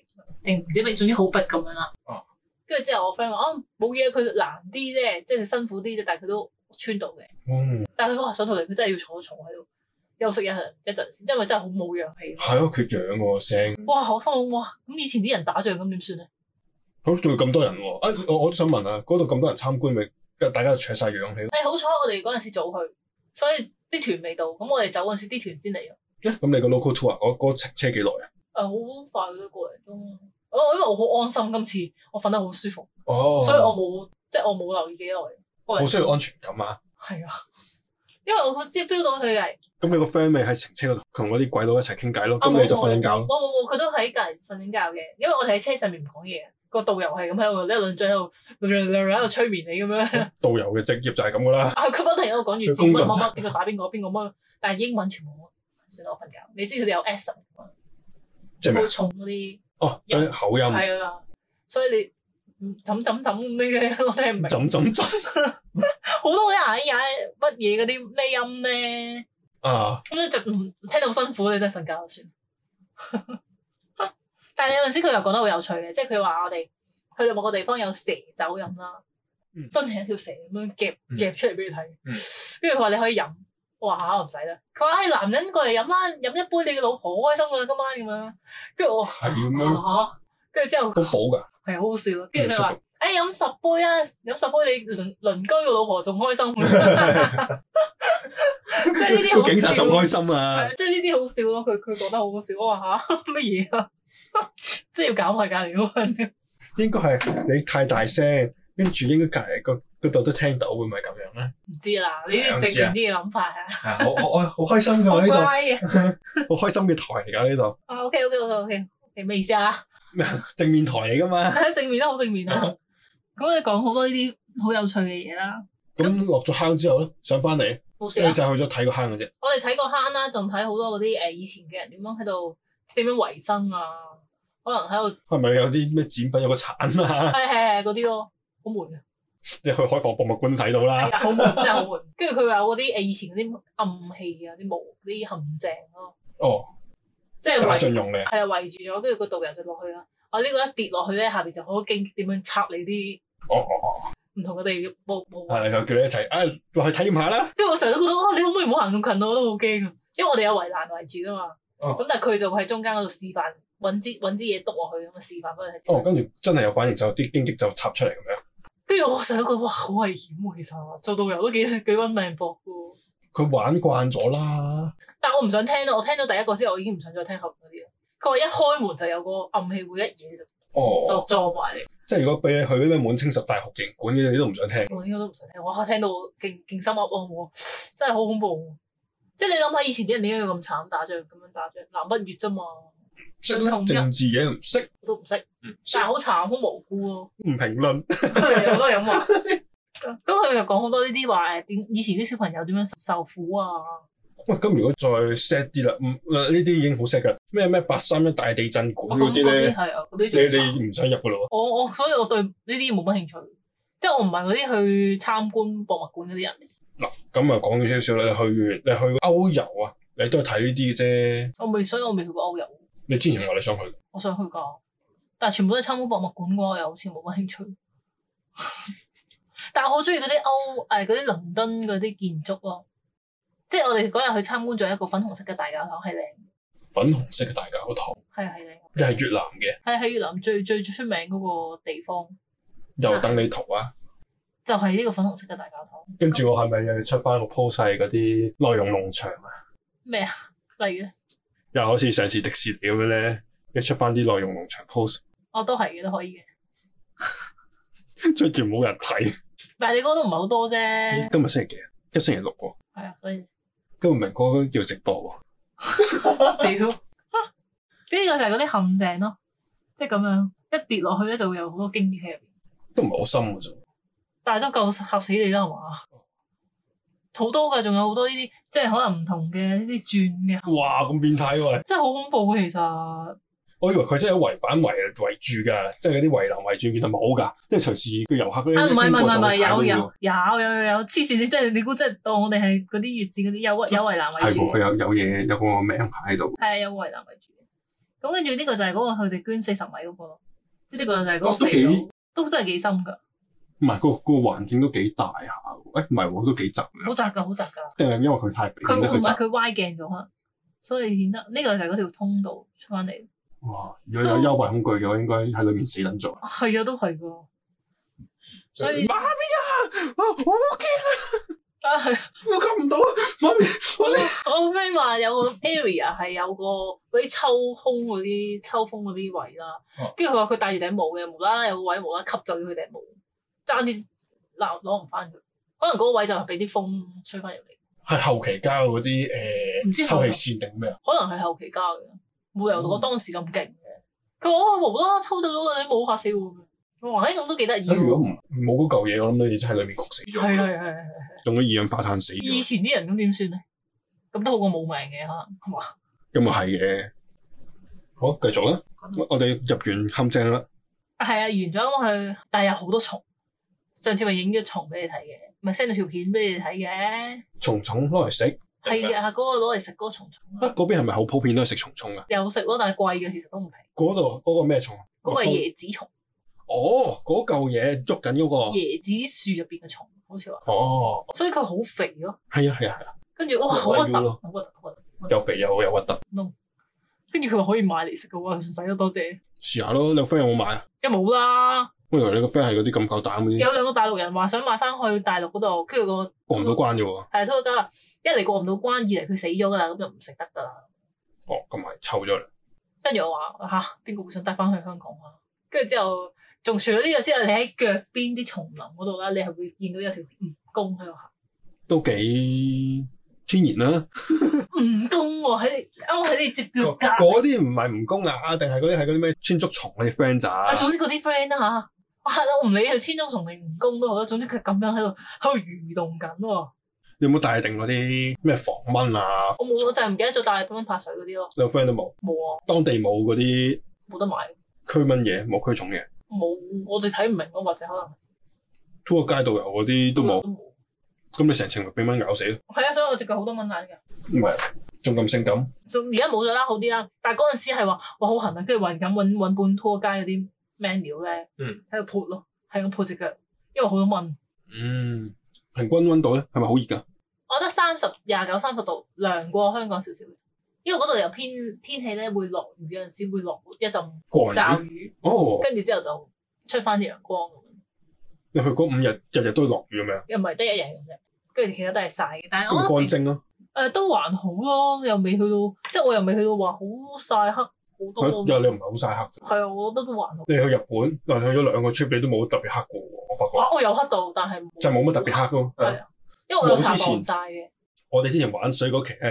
S1: 定唔知咩，總之好逼咁樣啦
S2: 哦。
S1: 跟住之後我 friend 話：哦，冇嘢，佢難啲啫，即係佢辛苦啲啫，但係佢都穿到嘅。
S2: 嗯，
S1: 但係佢話上到嚟，佢真係要坐一坐喺度休息一陣一陣先，因為真係好冇氧氣。
S2: 係咯，佢氧喎聲。
S1: 哇！我心諗哇，咁以前啲人打仗咁點算咧？
S2: 好，仲要咁多人喎。啊，我我都想問啊，嗰度咁多人參觀，咪大家就搶晒氧氣咯。
S1: 誒、哎好彩我哋嗰陣時早去，所以啲團未到，咁我哋走嗰陣時啲團先嚟咯。
S2: 咦咁你個 local tour 啊嗰嗰程車幾耐啊？
S1: 誒、好啊快嗰個零鐘，我、哦因為我好安心，今次我瞓得好舒服，
S2: 哦
S1: 所以我冇即係我冇留意幾耐。個
S2: 好
S1: 零
S2: 需要安全感啊。
S1: 係啊，因為我先 feel 到佢係
S2: 咁你個 friend 咪喺程車嗰度同嗰啲鬼佬一齊傾偈咯，咁
S1: 啊
S2: 你就
S1: 冇
S2: 瞓緊覺
S1: 冇
S2: 咯。
S1: 冇冇，佢都喺隔離瞓緊覺嘅，因為我哋喺車上面唔講嘢，個導遊係咁喺度一輪嘴喺度 喺度催眠你咁樣。
S2: 導遊嘅職業就係咁噶啦，
S1: 啊，佢不停喺度講住
S2: 佢
S1: 字乜
S2: 工作
S1: 乜乜，邊個打邊個邊個乜，但係英文全部冇。算啦，我瞓覺。你知佢哋有 accent，
S2: 即係咩啊
S1: 好重嗰啲
S2: 哦，有啲口音，
S1: 係啊，所以你嗯唔怎怎怎呢啲我聽唔明。
S2: 怎怎怎
S1: 好多啲眼眼乜嘢嗰啲咩音咧，
S2: 啊，
S1: 咁你就唔聽到辛苦，你真係瞓覺就算。 但係有陣時佢又講得好有趣嘅，即係佢話我哋去到某個地方有蛇酒飲啦，
S2: 嗯
S1: 真係一條蛇咁樣夾
S2: 嗯
S1: 夾出嚟俾你睇
S2: 嗯，
S1: 跟住佢話你可以飲，我話嚇我唔使啦。佢話唉哎男人過嚟飲啦，飲一杯你嘅老婆好開心㗎今晚咁樣。跟住我
S2: 係咁樣
S1: 嚇，跟住之後
S2: 都好噶，
S1: 係好好笑咯。跟住佢
S2: 唔
S1: 話
S2: 舒：，
S1: 誒飲十杯啊，飲十杯你鄰鄰居個老婆仲開 心， 即係呢啲好
S2: 個警察
S1: 笑
S2: 仲開心啊，
S1: 係即係呢啲好笑咯。佢佢講得好好笑，我話 吓乜嘢啊？即係要搞埋隔離嗰個人。
S2: 應該係你太大聲，跟住應該隔離個嗰度都聽到，會唔會咁樣咧？
S1: 唔知啦，呢
S2: 係我
S1: 啲
S2: 知
S1: 正面
S2: 啊
S1: 啲嘅諗法啊，
S2: 啊我我我好開心㗎
S1: 好
S2: 呢
S1: 乖啊嘅。
S2: 度，好開心嘅台嚟㗎呢度，
S1: 啊，OK OK OK OK，你咩意思啊？
S2: 正面台嚟㗎嘛。
S1: 正面都好正面啊。咁你講好多呢啲好有趣嘅嘢啦，
S2: 咁落咗坑之後咧，上翻嚟，
S1: 冇事
S2: 你
S1: 啊
S2: 就。去咗睇個坑嘅啫。
S1: 我哋睇過坑啦，仲睇好多嗰啲誒以前嘅人點樣喺度點樣維生啊，可能喺 度
S2: 係咪有啲咩展品有個鏟啊？
S1: 係係係嗰啲咯，好悶啊，
S2: 你去海防博物館睇到啦
S1: 係。啊，好悶，真係好悶。跟住佢話有嗰啲誒以前嗰啲暗器啊，啲無啲陷阱咯，
S2: 哦，
S1: 即係
S2: 打
S1: 圍
S2: 盡用你啊。
S1: 係啊圍住咗，跟住個導遊就落去啦。我呢個一跌落去咧，下邊就好驚點樣插你啲
S2: 哦哦哦。
S1: 唔同嘅地步步啊。
S2: 係就叫你一齊啊落去體驗下啦。
S1: 跟住我成日都覺得啊，你可唔可以唔好行咁近啊我都好驚啊，因為我哋有圍欄圍住噶嘛。
S2: 哦
S1: 咁、但係佢就會喺中間嗰度示範，揾支揾支嘢篤落去咁啊示範俾你睇。
S2: 哦，跟住真係有反應，就啲荊棘就插出嚟咁樣。
S1: 跟住我成日都覺得哇，好危險喎、其實做導遊都幾 幾揾命搏嘅喎。
S2: 佢玩慣咗啦，
S1: 但我唔想聽到，我聽到第一個之後，我已經唔想再聽後面嗰啲啦。佢話一開門就有個暗器會一嘢就就
S2: 哦，
S1: 撞埋嚟，
S2: 即係如果俾你去嗰啲咩滿清十大酷刑館嗰啲，你都唔想聽。
S1: 我應該都唔想聽。哇！聽到勁勁心噏喎，真係好恐怖喎。即係你諗下以前啲人點解要咁慘打仗咁樣打仗？南北越啫嘛，
S2: 識咧政治嘢唔識，
S1: 我都唔識，
S2: 唔識
S1: 但係好慘，好無辜 咯。
S2: 唔評論。
S1: 我都係咁話。咁佢又講好多呢啲話誒點以前啲小朋友點樣受苦啊？
S2: 喂，咁如果再 sad 啲啦，唔嗱呢啲已經好 sad 噶。咩咩八三一大地震館
S1: 我
S2: 嗰
S1: 咁
S2: 啲
S1: 嗰啲
S2: 咧，
S1: 係啊，嗰啲
S2: 你
S1: 仲慘
S2: 你唔想入噶咯
S1: 我我所以我對呢啲冇乜興趣，即係我唔係嗰啲去參觀博物館嗰啲人嚟，
S2: 咁啊講咗少少啦，你去完你去歐遊啊，你都係睇呢啲嘅啫。
S1: 我未，所以我未去過歐遊，
S2: 你之前話你想去，
S1: 我想去㗎，但係全部都係參觀博物館嘅，我又好似冇乜興趣。但係我好中意嗰啲歐誒嗰啲倫敦嗰啲建築咯，即係我哋嗰日去參觀咗一個粉紅色嘅大教堂，係靚，
S2: 粉紅色嘅大教堂，
S1: 係係靚，
S2: 又係越南嘅，
S1: 係啊喺越南最最出名嗰個地方
S2: 又等你圖啊！
S1: 就係、呢個粉紅色嘅大教堂。
S3: 跟住我係咪又要出翻個 post 係嗰啲內容農場啊？
S1: 咩啊？ 例如咧，
S3: 又好似上次迪士尼咁樣咧，你出翻啲內容農場 post，
S1: 我哦都係嘅，都可以嘅。
S3: 出住冇人睇。
S1: 但係你嗰個都唔係好多啫，
S2: 今日星期幾啊？今日星期六喎，
S1: 係啊，所 以
S2: 今日明哥要直播喎。
S1: 屌， 呢個就係嗰啲陷阱咯，即係咁樣一跌落去咧就會有好多經濟喺入邊，
S2: 都唔係好深嘅啫。
S1: 但係都夠嚇死你啦，係嘛？好多㗎，仲有好多呢啲，即係可能唔同嘅呢啲轉嘅，
S3: 哇，咁變態喎！
S1: 真係好恐怖嘅其實。
S3: 我以為佢真係圍板圍圍住㗎，即係嗰啲圍欄圍住，原來冇㗎，即係隨時個遊客嗰
S1: 啊，
S3: 啲
S1: 唔係
S3: 經
S1: 唔係
S3: 過
S1: 唔係
S3: 就
S1: 唔係，
S3: 會踩到
S1: 有有
S3: 㗎。
S1: 有有有有，黐線！你真係你估真係當我哋係嗰啲粵字嗰啲有有為難為
S2: 係
S1: 主
S2: 喎，。佢有有嘢有個名牌喺度。
S1: 係啊，有圍欄圍住嘅。咁跟住呢個就係嗰個佢哋捐四十米嗰、個咯，即係呢個就係嗰
S2: 哦
S1: 個
S2: 都
S1: 肥佬，
S2: 幾
S1: 都真係幾深㗎，
S2: 唔係個個環境都幾大下喎，誒唔係喎，都幾窄嘅，
S1: 好窄㗎，好窄㗎。
S2: 定係因為佢太肥，
S1: 佢
S2: 顯得
S1: 唔
S2: 佢
S1: 係
S2: 窄。
S1: 佢歪鏡咗可能，所以顯得呢、個就係嗰條通道出翻嚟。
S2: 哇！如
S1: 哦
S2: 果有幽閉恐懼嘅話，應該喺裏面死撚咗。
S1: 係啊，都係㗎。所以
S2: 媽咪啊！我我屋企
S1: 啊，係
S2: 呼吸唔到，媽咪
S1: 我 friend 話有個 area 係有個嗰啲抽空嗰啲抽風嗰啲位啦
S2: 哦，
S1: 跟住佢話佢戴住頂帽嘅，無啦啦有個位無啦啦吸走咗佢頂帽，爭啲鬧攞唔翻佢。可能嗰個位就係俾啲風吹翻入嚟。
S3: 係後期加嗰啲
S1: 唔知
S3: 誒
S1: 佢
S3: 抽氣扇定咩啊？
S1: 可能係後期加嘅，冇
S3: 嗯
S1: 理由我當時咁勁嘅。佢話我無啦啦抽走咗，你冇嚇死我嘅。我話哎誒咁都幾得意
S3: 咁哎如
S1: 喎。
S3: 果唔冇嗰嚿嘢，我諗到你真係裏面焗死
S1: 係係啊
S3: 咗，
S1: 係係係。
S2: 中咗二氧化碳死
S1: 以
S2: 咗，
S1: 前啲人咁點算咧？咁都好過冇命嘅可能係嘛？
S2: 咁啊係嘅。好，繼續啦，我我哋入完陷阱啦，
S1: 啊係啊，完咗佢，但係有好多蟲。上次咪影咗蟲俾你睇嘅，咪 send 咗條片俾你睇嘅。
S2: 蟲蟲攞嚟食。
S1: 係啊，嗰個攞嚟食嗰個蟲蟲
S2: 啊，
S1: 啊，
S2: 嗰邊係咪好普遍都係食蟲蟲噶？
S1: 有食咯，但係貴嘅，其實都唔平。
S2: 嗰度嗰個咩蟲？
S1: 嗰個係椰子蟲，
S2: 哦，嗰嚿嘢捉緊嗰個。
S1: 椰子樹入邊嘅蟲，好似話，
S2: 哦，
S1: 所以佢好肥咯。
S2: 係啊係啊係啊，
S1: 跟住哇，好核突，
S2: 又係要咯
S1: 好核突，好核突。
S2: 又肥又又核突。
S1: 跟住佢話可以買嚟食嘅喎，唔使咯，多謝。
S2: 試下咯，你個 friend 有冇買啊？
S1: 即係冇啦，
S2: 我以為你個 friend 係嗰啲咁夠膽嗰啲，
S1: 有兩個大陸人話想買翻去大陸嗰度，跟住個
S2: 過唔到關嘅喎。
S1: 係蘇家話一嚟過唔到關，二嚟佢死咗㗎啦，咁就唔食得㗎啦。
S2: 哦，咁咪臭咗啦。
S1: 跟住我話吓，邊個會想帶翻去香港啊？跟住之後，仲除咗呢個之外，你喺腳邊啲叢林嗰度啦，你係會見到有條蜈蚣喺度行。
S2: 都幾天然啦、
S1: 蜈蚣喎、喺你啱喺你隻腳
S2: 嗰
S1: 隔。
S2: 嗰啲唔係蜈蚣啊，定係嗰啲係嗰啲咩穿竹蟲嗰啲 friend 咋
S1: 啊，？總之嗰啲 friend 啦嚇，哇！我唔理佢千種蟲定蜈蚣都好啦，總之佢咁樣喺度喺度蠕動緊喎。
S2: 你有冇帶定嗰啲咩防蚊啊？
S1: 我冇，我就係唔記得咗帶蚊拍水嗰啲咯，
S2: 你個 friend 都冇，
S1: 冇啊，
S2: 當地冇嗰啲
S1: 冇得買。
S2: 驅蚊嘢，冇驅蟲嘢。
S1: 冇，我哋睇唔明咯，或者可能
S2: 通過街導遊嗰啲都冇，
S1: 都冇。
S2: 咁你成程咪俾蚊咬死咯？
S1: 係啊，所以我隻腳好多蚊咬嘅。
S2: 唔係，仲咁性感，
S1: 仲而家冇咗啦，好啲啦。但係嗰陣時係話，哇好痕啊，跟住揾緊揾揾半拖街嗰啲 menu 咧
S2: 嗯，
S1: 喺度潑咯，係咁潑隻腳，因為好多蚊。
S2: 嗯，平均温度咧係咪好熱㗎？
S1: 我覺得三十廿九三十度涼過香港少少嘅，因為嗰度又偏天氣咧會落雨，有陣時會落一陣
S2: 過
S1: 驟
S2: 人
S1: 雨，
S2: 哦，
S1: 跟住之後就出翻啲陽光咁樣，
S2: 你去嗰五日日日都落雨咁樣，
S1: 又唔係得一日咁啫，跟住其他都係曬嘅。但係我覺
S2: 咁
S1: 得
S2: 乾蒸咯，
S1: 誒、都還好咯，又未去到，即係我又未去到話好曬黑好
S2: 係
S1: 多。
S2: 又你唔係好曬黑啫。
S1: 係啊，我覺得都還好。
S2: 你去日本，嗱去咗兩個 trip，你都冇特別黑過喎，我發覺
S1: 哇！我有黑到，但係
S2: 就冇乜特別黑咯。
S1: 哦係
S2: 係
S1: 啊，因為我有
S2: 冇之
S1: 搽
S2: 前
S1: 防曬嘅。
S2: 我哋之前玩水嗰期，誒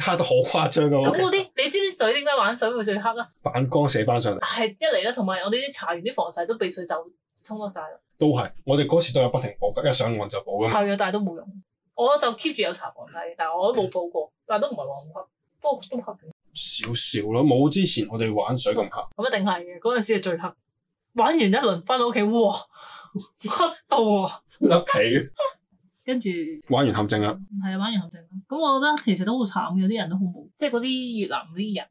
S2: 黑得好誇張噶，
S1: 咁
S2: 我
S1: 嗰啲你知啲水點解玩水會最黑啊？
S2: 反光射翻上嚟
S1: 係一嚟咧，同埋我哋啲搽完啲防曬都被水走沖咗晒啦。
S2: 都係。我哋嗰次都有不停補㗎，一上岸就補噶嘛。
S1: 係啊，但係都冇用。我就 keep 住有搽防曬嘅，但係我都冇報過，但係都唔係話好黑，不過都黑嘅。
S2: 少少咯，冇之前我哋玩水咁黑。
S1: 咁一定係嘅，嗰陣時係最黑。玩完一輪翻到屋企，哇！黑到啊！
S2: 甩皮，
S1: 跟住
S2: 玩完陷阱啦。
S1: 係啊，玩完陷阱咁，我覺得其實都好慘嘅，有啲人都好冇，即係嗰啲越南嗰啲人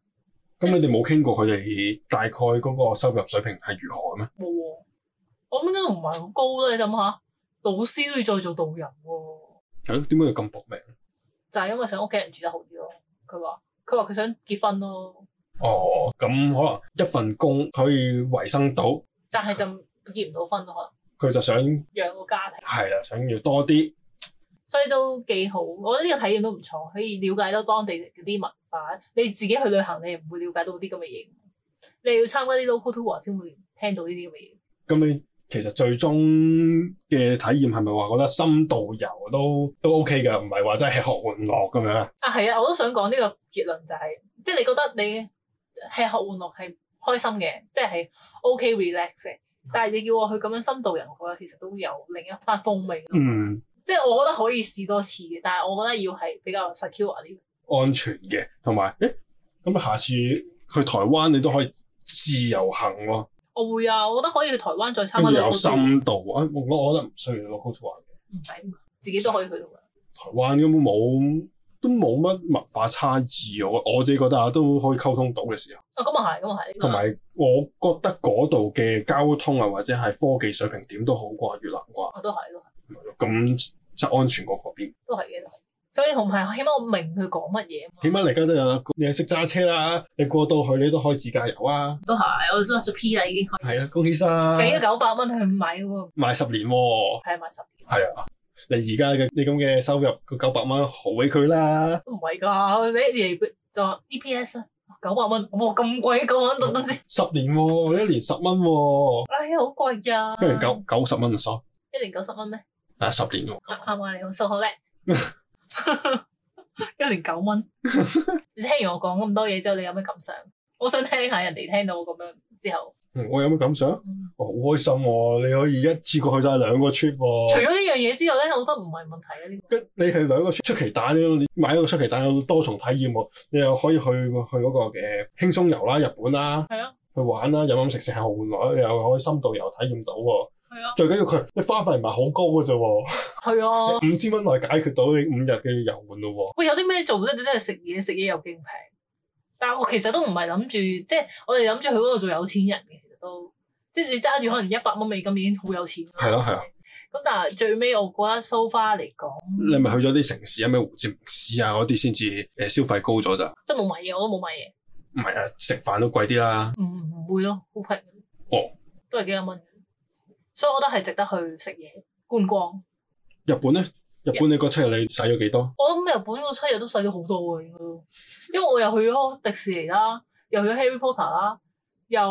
S2: 咁你哋冇傾過佢哋大概嗰個收入水平係如何嘅咩？
S1: 冇喎。我諗應該唔係好高啦，你諗下，老師都要再做導遊喎。
S2: 係咯，點解要咁搏命？
S1: 就係因為想屋企人住得好啲咯。佢話佢話佢想結婚咯，
S2: 哦，咁可能一份工可以維生到，
S1: 但係就結唔到婚咯，可
S2: 佢就想
S1: 能養個家庭，
S2: 係啦，想要多啲。
S1: 所以都幾好。我覺得呢個體驗都唔錯，可以了解到當地嗰啲文化。你自己去旅行，你唔會了解到啲咁嘅嘢。你要參加啲 local tour 先會聽到呢啲咁嘅嘢。
S2: 咁你其實最終嘅體驗係咪話覺得深度遊都都 OK 㗎？唔係話真係吃喝玩樂咁樣。
S1: 啊，係啊，我都想講呢個結論就係、即係你覺得你吃喝玩樂係開心嘅，即係 OK relax 嘅。
S2: 嗯
S1: 但係你叫我去咁樣深度遊嘅話，其實都有另一番風味咯。
S2: 嗯，
S1: 即係我覺得可以試多次嘅，但係我覺得要係比較啊 secure 啲。
S2: 安全嘅，同埋誒，咁下次去台灣你都可以自由行喎、
S1: 我會啊，我覺得可以去台灣再參
S2: 跟
S1: 加旅
S2: 住有
S1: 行團
S2: 深度啊！我我覺得唔需要 local tour 嘅。
S1: 唔使自己都可以去到嘅。
S2: 台灣根本冇都冇乜文化差異，我我自己覺得啊，都可以溝通到嘅時候，
S1: 啊，咁啊係，咁啊係。
S2: 同埋我覺得嗰度嘅交通啊，或者係科技水平點都好過越南啩，
S1: 我都係，都係，
S2: 咁就安全過嗰邊。
S1: 都係嘅，都係。所以同埋起碼我明佢講乜嘢啊嘛。
S2: 起碼你而家都有，你識揸車啦，你過到去你都可以自駕遊啊，
S1: 都係，我甩咗 P 啦已經。
S2: 係啊，恭喜晒，
S1: 俾咗九百蚊去買嗰個，
S2: 賣十年喎、
S1: 係買十年
S2: 係啊，你而家嘅你咁嘅收入個九百蚊豪俾佢啦，
S1: 都唔係㗎。你嚟就話 EPS 啊，九百蚊，哇咁貴九百蚊，等等先，
S2: 十年喎、一年十蚊喎、
S1: 哎呀好貴啊！
S2: 一年九九十蚊就收，
S1: 一年九十蚊咩？
S2: 啊十年喎、
S1: 啱啱啊！你個數學叻， 一年九 蚊。你聽完我講咁多嘢之後，你有咩感想？我想聽下人哋聽到我咁樣之後，
S2: 嗯我有咩感想？
S1: 嗯
S2: 哦我好開心喎、你可以一次過去晒兩個 trip
S1: 除
S2: 喎、
S1: 咗呢樣嘢之後咧，我覺得唔係問題啊。呢個
S2: 跟你係兩個出奇蛋咁樣，你買咗個出奇蛋有多重體驗喎、你又可以去去嗰個嘅輕鬆遊啦、日本啦，
S1: 係啊，
S2: 去玩啦、飲飲食食係好玩樂，你又可以深度遊體驗到喎、
S1: 係啊，
S2: 最緊要佢你花費唔係好高嘅啫喎，
S1: 係啊。
S2: 五千蚊內解決到你五日嘅遊玩咯喎。
S1: 喂，有啲咩做咧？你真係食嘢，食嘢又勁平。但係我其實都唔係諗住，即係我哋諗住去嗰度做有錢人嘅，其實都即係你揸住可能一百蚊美金已經好有錢啦。
S2: 係啊係啊，
S1: 咁但係最尾我覺得 so far 嚟講，
S2: 你咪去咗啲城市啊，咩胡志明市啊嗰啲先至誒消費高咗咋？
S1: 即係冇買嘢，我都冇買嘢。
S2: 唔係啊，食飯都貴啲啦。
S1: 唔唔會咯，好平。
S2: 哦，
S1: 都係幾廿蚊，所以我覺得係值得去食嘢觀光。
S2: 日本咧，日本你嗰七日你使咗幾多？
S1: 我諗日本嗰七日都使咗好多喎，應該都，因為我又去咗迪士尼啦，又去咗 Harry Potter 啦，又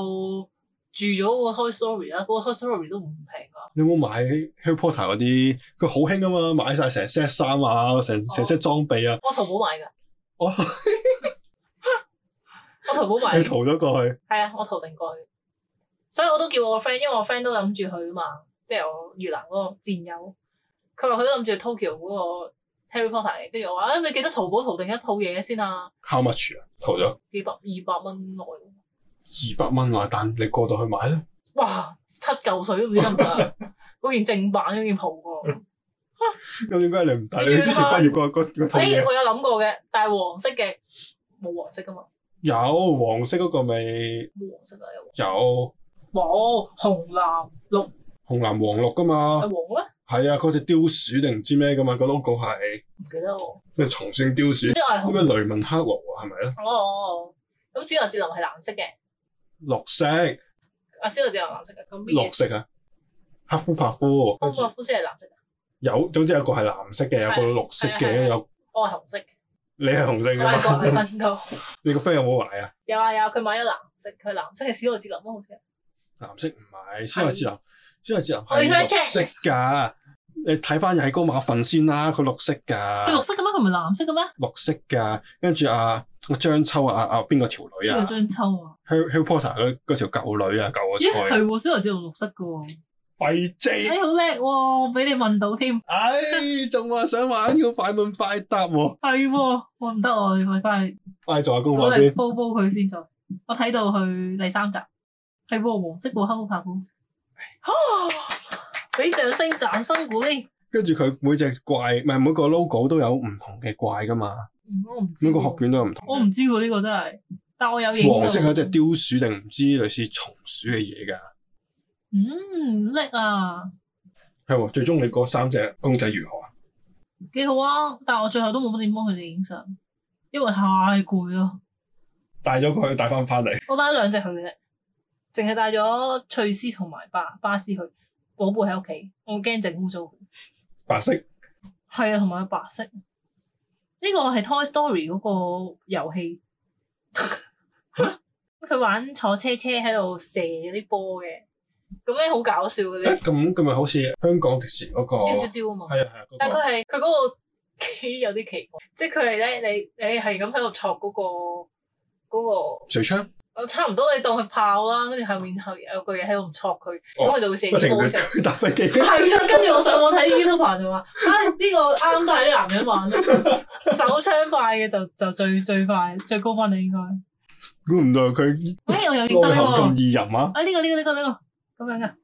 S1: 住咗個 Toy Story 啦，嗰、個 Toy Story 都唔平啊。
S2: 你有冇買 Harry Potter 嗰啲？佢好興啊嘛，買晒成 set 衫啊，成成 set 裝備啊。
S1: 我淘寶買㗎，
S2: 哦，
S1: 我淘寶買
S2: 你，逃咗過去，
S1: 係啊，我淘定過去。所以我都叫我個 friend，因為我 friend 都諗住去嘛，即係我越南嗰個戰友，佢話佢都諗住去 Tokyo 嗰個 Harry Potter 嘅，跟住我話啊，你記得淘寶淘定一套嘢先啊，
S2: how much 啊？逃咗
S1: 幾百二百蚊內。
S2: 二百蚊啊！但你過到去買咧，
S1: 哇，七嚿水都唔知得唔得啊，嗰件正版嗰件袍喎。
S2: 咁點解你唔帶你
S1: 你
S2: 之前畢業嗰嗰嗰套
S1: 哎，
S2: 嘢？
S1: 我有諗過嘅，但係黃色嘅冇黃色噶嘛，
S2: 有黃色嗰個咪
S1: 冇黃色啊，有
S2: 有
S1: 黃紅
S2: 啊
S1: 藍綠
S2: 紅藍黃綠噶嘛？
S1: 係黃咩？
S2: 係啊，嗰只雕鼠定唔知咩噶嘛？個 logo 係
S1: 唔記得喎，
S2: 咩重算雕鼠
S1: 即，係
S2: 咩雷文克勞啊？係咪咧？
S1: 紅哦。咁小牛智能係藍色嘅，
S2: 綠色，
S1: 啊小牛智能藍色嘅，咁邊
S2: 綠
S1: 嘢？
S2: 色啊！黑夫白夫，
S1: 安國膚先係藍色嘅，
S2: 有總之有個係藍色嘅，有個綠色
S1: 係
S2: 嘅，
S1: 啊
S2: 有。
S1: 我係紅色嘅，
S2: 你係啊雄性
S1: 我
S2: 噶
S1: 係 國禮
S2: 嘛？
S1: 分到。
S2: 你個 friend 有冇買啊？
S1: 有啊有啊，佢買咗藍色，佢藍色係小牛智能咯，好
S2: 啊
S1: 似。
S2: 藍色唔買，先有智能，先有智能
S1: 我
S2: 係
S1: 要 check
S2: 綠色㗎。你睇翻踩高馬份先啦，佢綠色
S1: 佢綠
S2: 㗎，
S1: 色嘅咩？佢唔係藍色嘅咩？
S2: 綠色㗎。跟住啊，張秋啊啊啊，邊個條女
S1: 呢
S2: 啊
S1: 個張秋啊，
S2: ？Harry Harry Potter 嗰嗰條舊女啊，救我
S1: 咦
S2: 菜
S1: 係喎，小牛智能綠色嘅喎，
S2: 廢 J，
S1: 哎好叻喎，俾你問到添。
S2: 唉，仲話想玩要快問快答喎，
S1: 係喎，我唔得我你咪翻去
S2: 快做下功
S1: 我
S2: 課
S1: 嚟
S2: 先。
S1: 煲煲佢先再。我睇到去第三集，係喎黃色喎黑好白喎。啊俾掌聲掌聲鼓勵。
S2: 跟住佢每隻怪，唔係每個 logo 都有唔同嘅怪噶嘛，
S1: 嗯我唔知
S2: 每個
S1: 喎
S2: 學卷都有唔同。
S1: 我唔知啊喎，呢個真係，但我有影到
S2: 黃色係一隻雕鼠定唔知類似松鼠嘅嘢㗎。
S1: 嗯叻啊，
S3: 係喎，最終你嗰三隻公仔如何啊？
S1: 幾好啊！但我最後都冇乜點幫佢哋影相，因為太攰咯。
S3: 帶咗佢帶翻翻嚟，
S1: 我帶兩隻去嘅啫，淨係帶咗翠絲同埋巴巴斯去，寶貝喺屋企，我驚整污糟佢。
S3: 白色
S1: 嗯係啊，同埋白色。呢個係 Toy Story 嗰個遊 戲，佢玩坐車車喺度射嗰啲波嘅，咁咧好搞笑
S3: 誒
S1: 嘅咧，
S3: 咁咁咪好似香港迪士尼嗰個
S1: 招招招啊嘛。
S3: 係啊係啊嗰個
S1: 但佢係佢嗰個機有啲奇怪，即係佢係咧，你你係咁喺度戳嗰個嗰
S2: 水槍
S1: 個，差唔多你當佢炮啦，跟住後面後有個嘢喺度戳佢，咁佢就會射
S3: 哦不停
S1: 啲波出嚟。
S3: 佢打飛機，
S1: 係啊，跟住我上網睇 YouTube 就話，啊呢個啱帶啲男人玩，手槍快嘅就就最最快最高分啦應該。
S2: 估唔到佢
S1: 哎，我又認
S2: 內
S1: 得
S2: 涵
S1: 喎
S2: 咁。易人啊，
S1: 啊呢個呢個呢個呢個咁樣噶，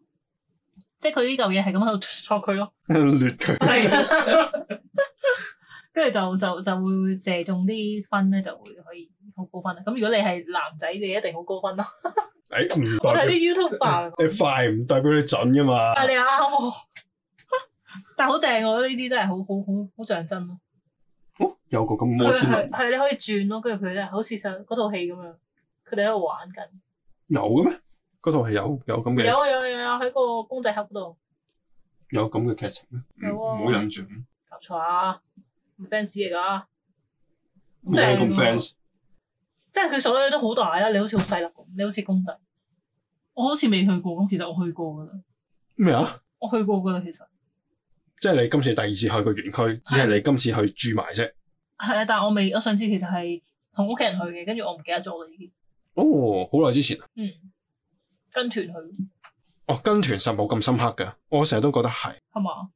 S1: 即係佢呢嚿嘢係咁喺度 戳佢咯。
S2: 掠佢。
S1: 係啊，跟住就就就會射中啲分咧，就會可以好高分啦。咁如果你係男仔，你一定好高分啦。
S3: 誒唔
S1: 我
S3: 代
S1: 睇
S3: 表
S1: 啲 YouTuber，啊
S3: 你快唔代表你準噶嘛？
S1: 但係你啱喎，但係好正喎！呢啲真係好好好好象真咯。
S2: 哦有個咁摩
S1: 佢
S2: 天輪
S1: 係係你可以轉咯，跟住佢咧好似上嗰套戲咁樣，佢哋喺度玩緊。
S2: 有嘅咩？嗰套係有有咁嘅
S1: 有啊有啊有啊喺個公仔盒嗰度，
S2: 有咁嘅劇情咩？
S1: 有啊
S2: 嗯冇印象。
S1: 搞錯啊唔！fans 嚟㗎，
S2: 冇
S1: 正
S2: 咁
S1: 喎
S2: fans
S1: 即係佢所有嘢都好大啦，你好似好細粒咁，你好似公仔。我好似未去過，咁其實我去過㗎啦。
S2: 咩啊？
S1: 我去過噶啦，其實
S2: 即係你今次第二次去個園區，只係你今次去住埋啫。
S1: 係啊，但係我未，我上次其實係同屋企人去嘅，跟住我唔記得咗啦，已經
S2: 哦，好耐之前啊。
S1: 嗯跟團去
S2: 哦，跟團實冇咁深刻嘅，我成日都覺得係。
S1: 係嘛？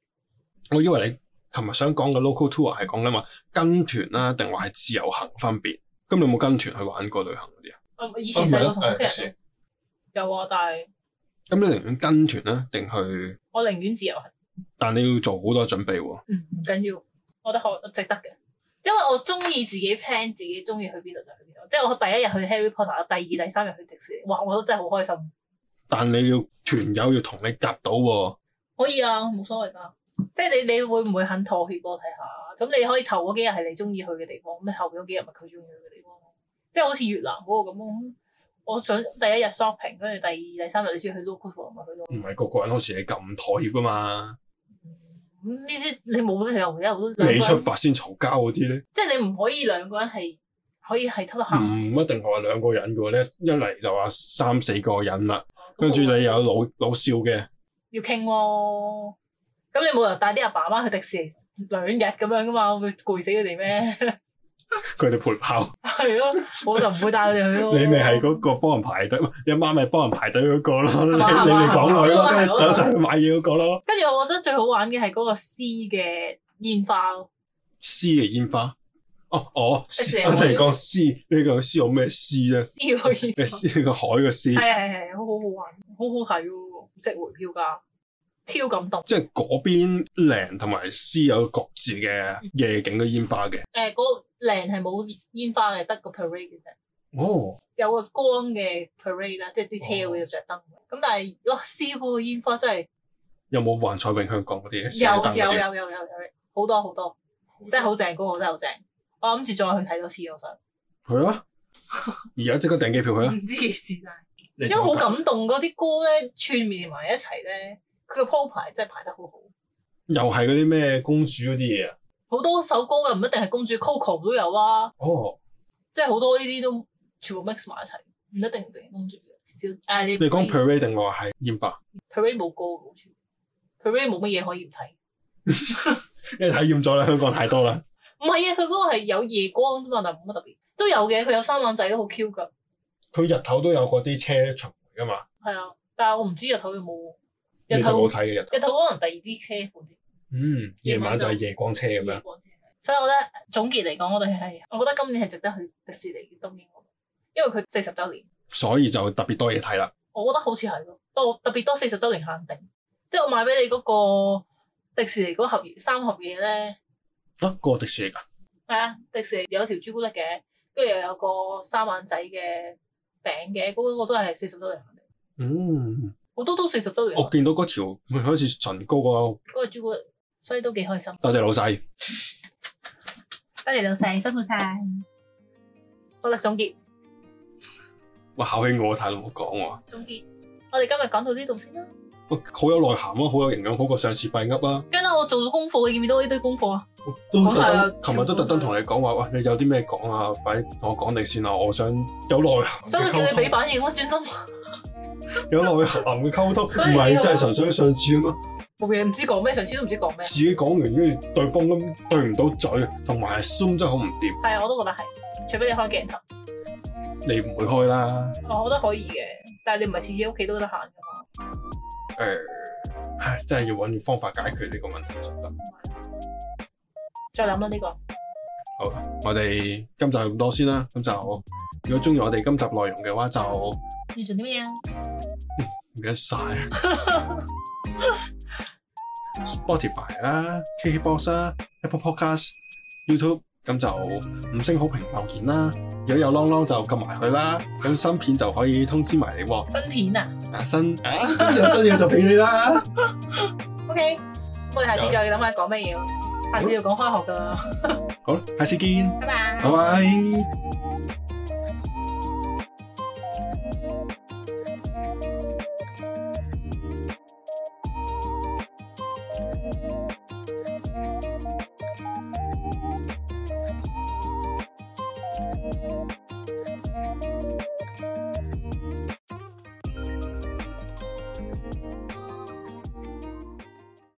S2: 我以為你琴日想講嘅 local tour 係講緊話跟團啦，定話係自由行分別。咁你有冇跟團去玩過旅行嗰啲啊？
S1: 啊以前細個同屋
S2: 啊唔係啊
S1: 企人去有啊，但係
S2: 咁你寧願跟團啦，定去？
S1: 我寧願自由行，
S2: 但你要做好多準備喎。
S1: 嗯唔緊要，我覺得好值得嘅，因為我中意自己 plan 自己中意去邊度就去邊度，即係我第一日去 Harry Potter，第二第三日去迪士尼，哇！我都真係好開心，
S2: 但你要團友要同你夾到喎。
S1: 可以啊，冇所謂㗎。即係你，你會唔會肯妥協我睇下？咁你可以頭嗰幾日係你中意去嘅地方，咁你後邊嗰幾日咪佢中意去嘅地方咯。即係好似越南嗰個咁，咁我想第一日 shopping，跟住第二、第三日你中意去 local tour 咪去咯。
S2: 唔係個個人好似你咁妥協噶嘛，
S1: 咁呢啲你冇理由一路都兩個
S2: 你出
S1: 人，
S2: 發先嘈交嗰啲咧，
S1: 即係你唔可以兩個人係可以係偷得行。
S2: 唔一定話兩個人嘅咧，一嚟就話三四個人啦，
S1: 咁
S2: 跟住
S1: 我
S2: 你有老老少嘅，
S1: 要傾咯。咁你冇理由帶啲阿爸阿媽去迪士尼兩日咁樣噶嘛，會攰死佢哋咩？
S2: 佢哋陪跑，
S1: 係咯，我就唔會帶佢哋去咯。
S2: 你咪係嗰個幫人排隊，你阿媽咪幫人排隊嗰個咯，你你
S1: 嘛啊
S2: 哋港女咯，跟
S1: 係
S2: 住
S1: 嘛
S2: 走上去買嘢嗰個咯，
S1: 跟住我覺得最好玩嘅係嗰個詩嘅煙花咯，
S2: 詩嘅煙花，哦哦，詩
S1: 成
S2: 我
S1: 日
S2: 突然講詩，你個詩有咩詩咧？
S1: 詩個煙花，
S2: 你詩個海嘅詩，
S1: 係啊係啊係啊，好好好玩，好好睇喎，值回票價，超感動。
S2: 即係嗰邊靚同埋詩有各自嘅夜景嘅煙花嘅，
S1: 誒，嗰靚係冇煙花嘅，得個 parade 嘅啫，
S2: 哦。
S1: 有個光嘅 parade 啦，即係啲車會有着燈。咁但係哇，詩嗰個煙花真係
S2: 有冇幻彩詠香港嗰啲嘅射燈
S1: 有有
S2: 嗰啲？
S1: 有有有有好多好多，真係好正嗰個真係好正。我諗住再去睇多次，我想
S2: 去啊！而家即刻訂機票去啊！
S1: 唔知幾時啦。
S3: 因
S1: 因為嗯好感動嗰啲歌咧串連埋一齊咧，佢嘅鋪排真係排得好好，
S2: 又係嗰啲咩公主嗰啲嘢啊？
S1: 好多首歌嘅唔一定係公主 Coco 都有啊，
S2: 哦，
S1: 即係好多呢啲都全部 mix 埋一齊，唔一定淨係公主嘅。小誒你
S2: 你講 parade 定話係煙花？
S1: parade 冇歌嘅好似，parade 冇乜嘢可以唔睇。
S2: 因為體驗咗啦，香港太多啦。
S1: 唔係啊，佢嗰個係有夜光啫嘛，但係冇乜特別，都有嘅。佢有三眼仔都好 Q 㗎，
S2: 佢日頭都有嗰啲車巡迴噶嘛，
S1: 係啊。但係我唔知日頭有冇，
S2: 你
S1: 日
S2: 就
S1: 頭
S2: 冇睇嘅日頭。
S1: 日頭可能第二啲車款啲。
S2: 嗯，夜晚就係夜光車咁樣。
S1: 所以我覺得總結嚟講，我哋係我覺得今年係值得去迪士尼嘅東京嗰度，因為佢四十週年，
S2: 所以就特別多嘢睇啦。
S1: 我覺得好似係咯，多特別多四十週年限定，即係我買俾你嗰個迪士尼嗰盒三盒嘢咧，
S2: 啊，個迪士尼㗎，
S1: 係啊，迪士尼有條朱古力嘅，跟住又有個三眼仔嘅餅嘅，嗰、個都係四十多零，
S2: 嗯，
S1: 好多都四十多零，
S2: 我
S1: 嗰、
S2: 見到嗰條佢好似唇膏個
S1: 個朱古力，所以都幾開心。
S2: 多謝老細，
S1: 多謝老細，辛苦晒。好啦，總結
S2: 哇，考起我太耐冇講喎，
S1: 總結，我哋今日講到呢度先啦。
S2: 哇好有內涵啊，好有營養，好過上次廢噏啊，
S1: 跟住我做咗功課，你見唔見到呢堆功課啊？
S2: 都
S1: 講
S2: 特
S1: 晒啦
S2: 登，琴日都特登同你講話，喂，你有啲咩講啊？快啲同我講你先啊，我想有內涵
S1: 所以
S2: 嘅
S1: 咪叫
S2: 溝
S1: 你俾
S2: 通，
S1: 反應咯，專心
S2: 有內涵嘅溝通，唔
S1: 所以你
S2: 係
S1: 話
S2: 真係純粹上次咁啊。
S1: 冇嘢，唔知講咩，上次都唔知講咩。
S2: 自己講完，跟住對方咁對唔到嘴，同埋 Zoom 真係好唔掂，
S1: 係啊，我都覺得係，除非你開鏡頭，
S2: 你唔會開啦。
S1: 我覺得可以嘅。但係你唔係次次喺屋企都得閒噶嘛？
S2: 誒、唉，真係要揾方法解決呢個問題先得。
S1: 再諗啦呢個，
S2: 好啦，我哋今集咁多先啦。咁就如果中意我哋今集內容嘅話，就唔
S1: 要做啲咩啊？
S2: 記得晒 Spotify 啦、KKBox 啦、Apple Podcast、YouTube，咁就五星好評留言啦。如果有 long long 就撳埋佢啦，咁新片就可以通知埋你喎。
S1: 新片啊
S2: 啊新啊有新嘢就俾你啦。
S1: ？OK，咁我哋下次再諗下講咩嘢咯。下次要講開學噶啦，
S2: 好，下次見，
S1: 拜拜
S2: 拜。拜。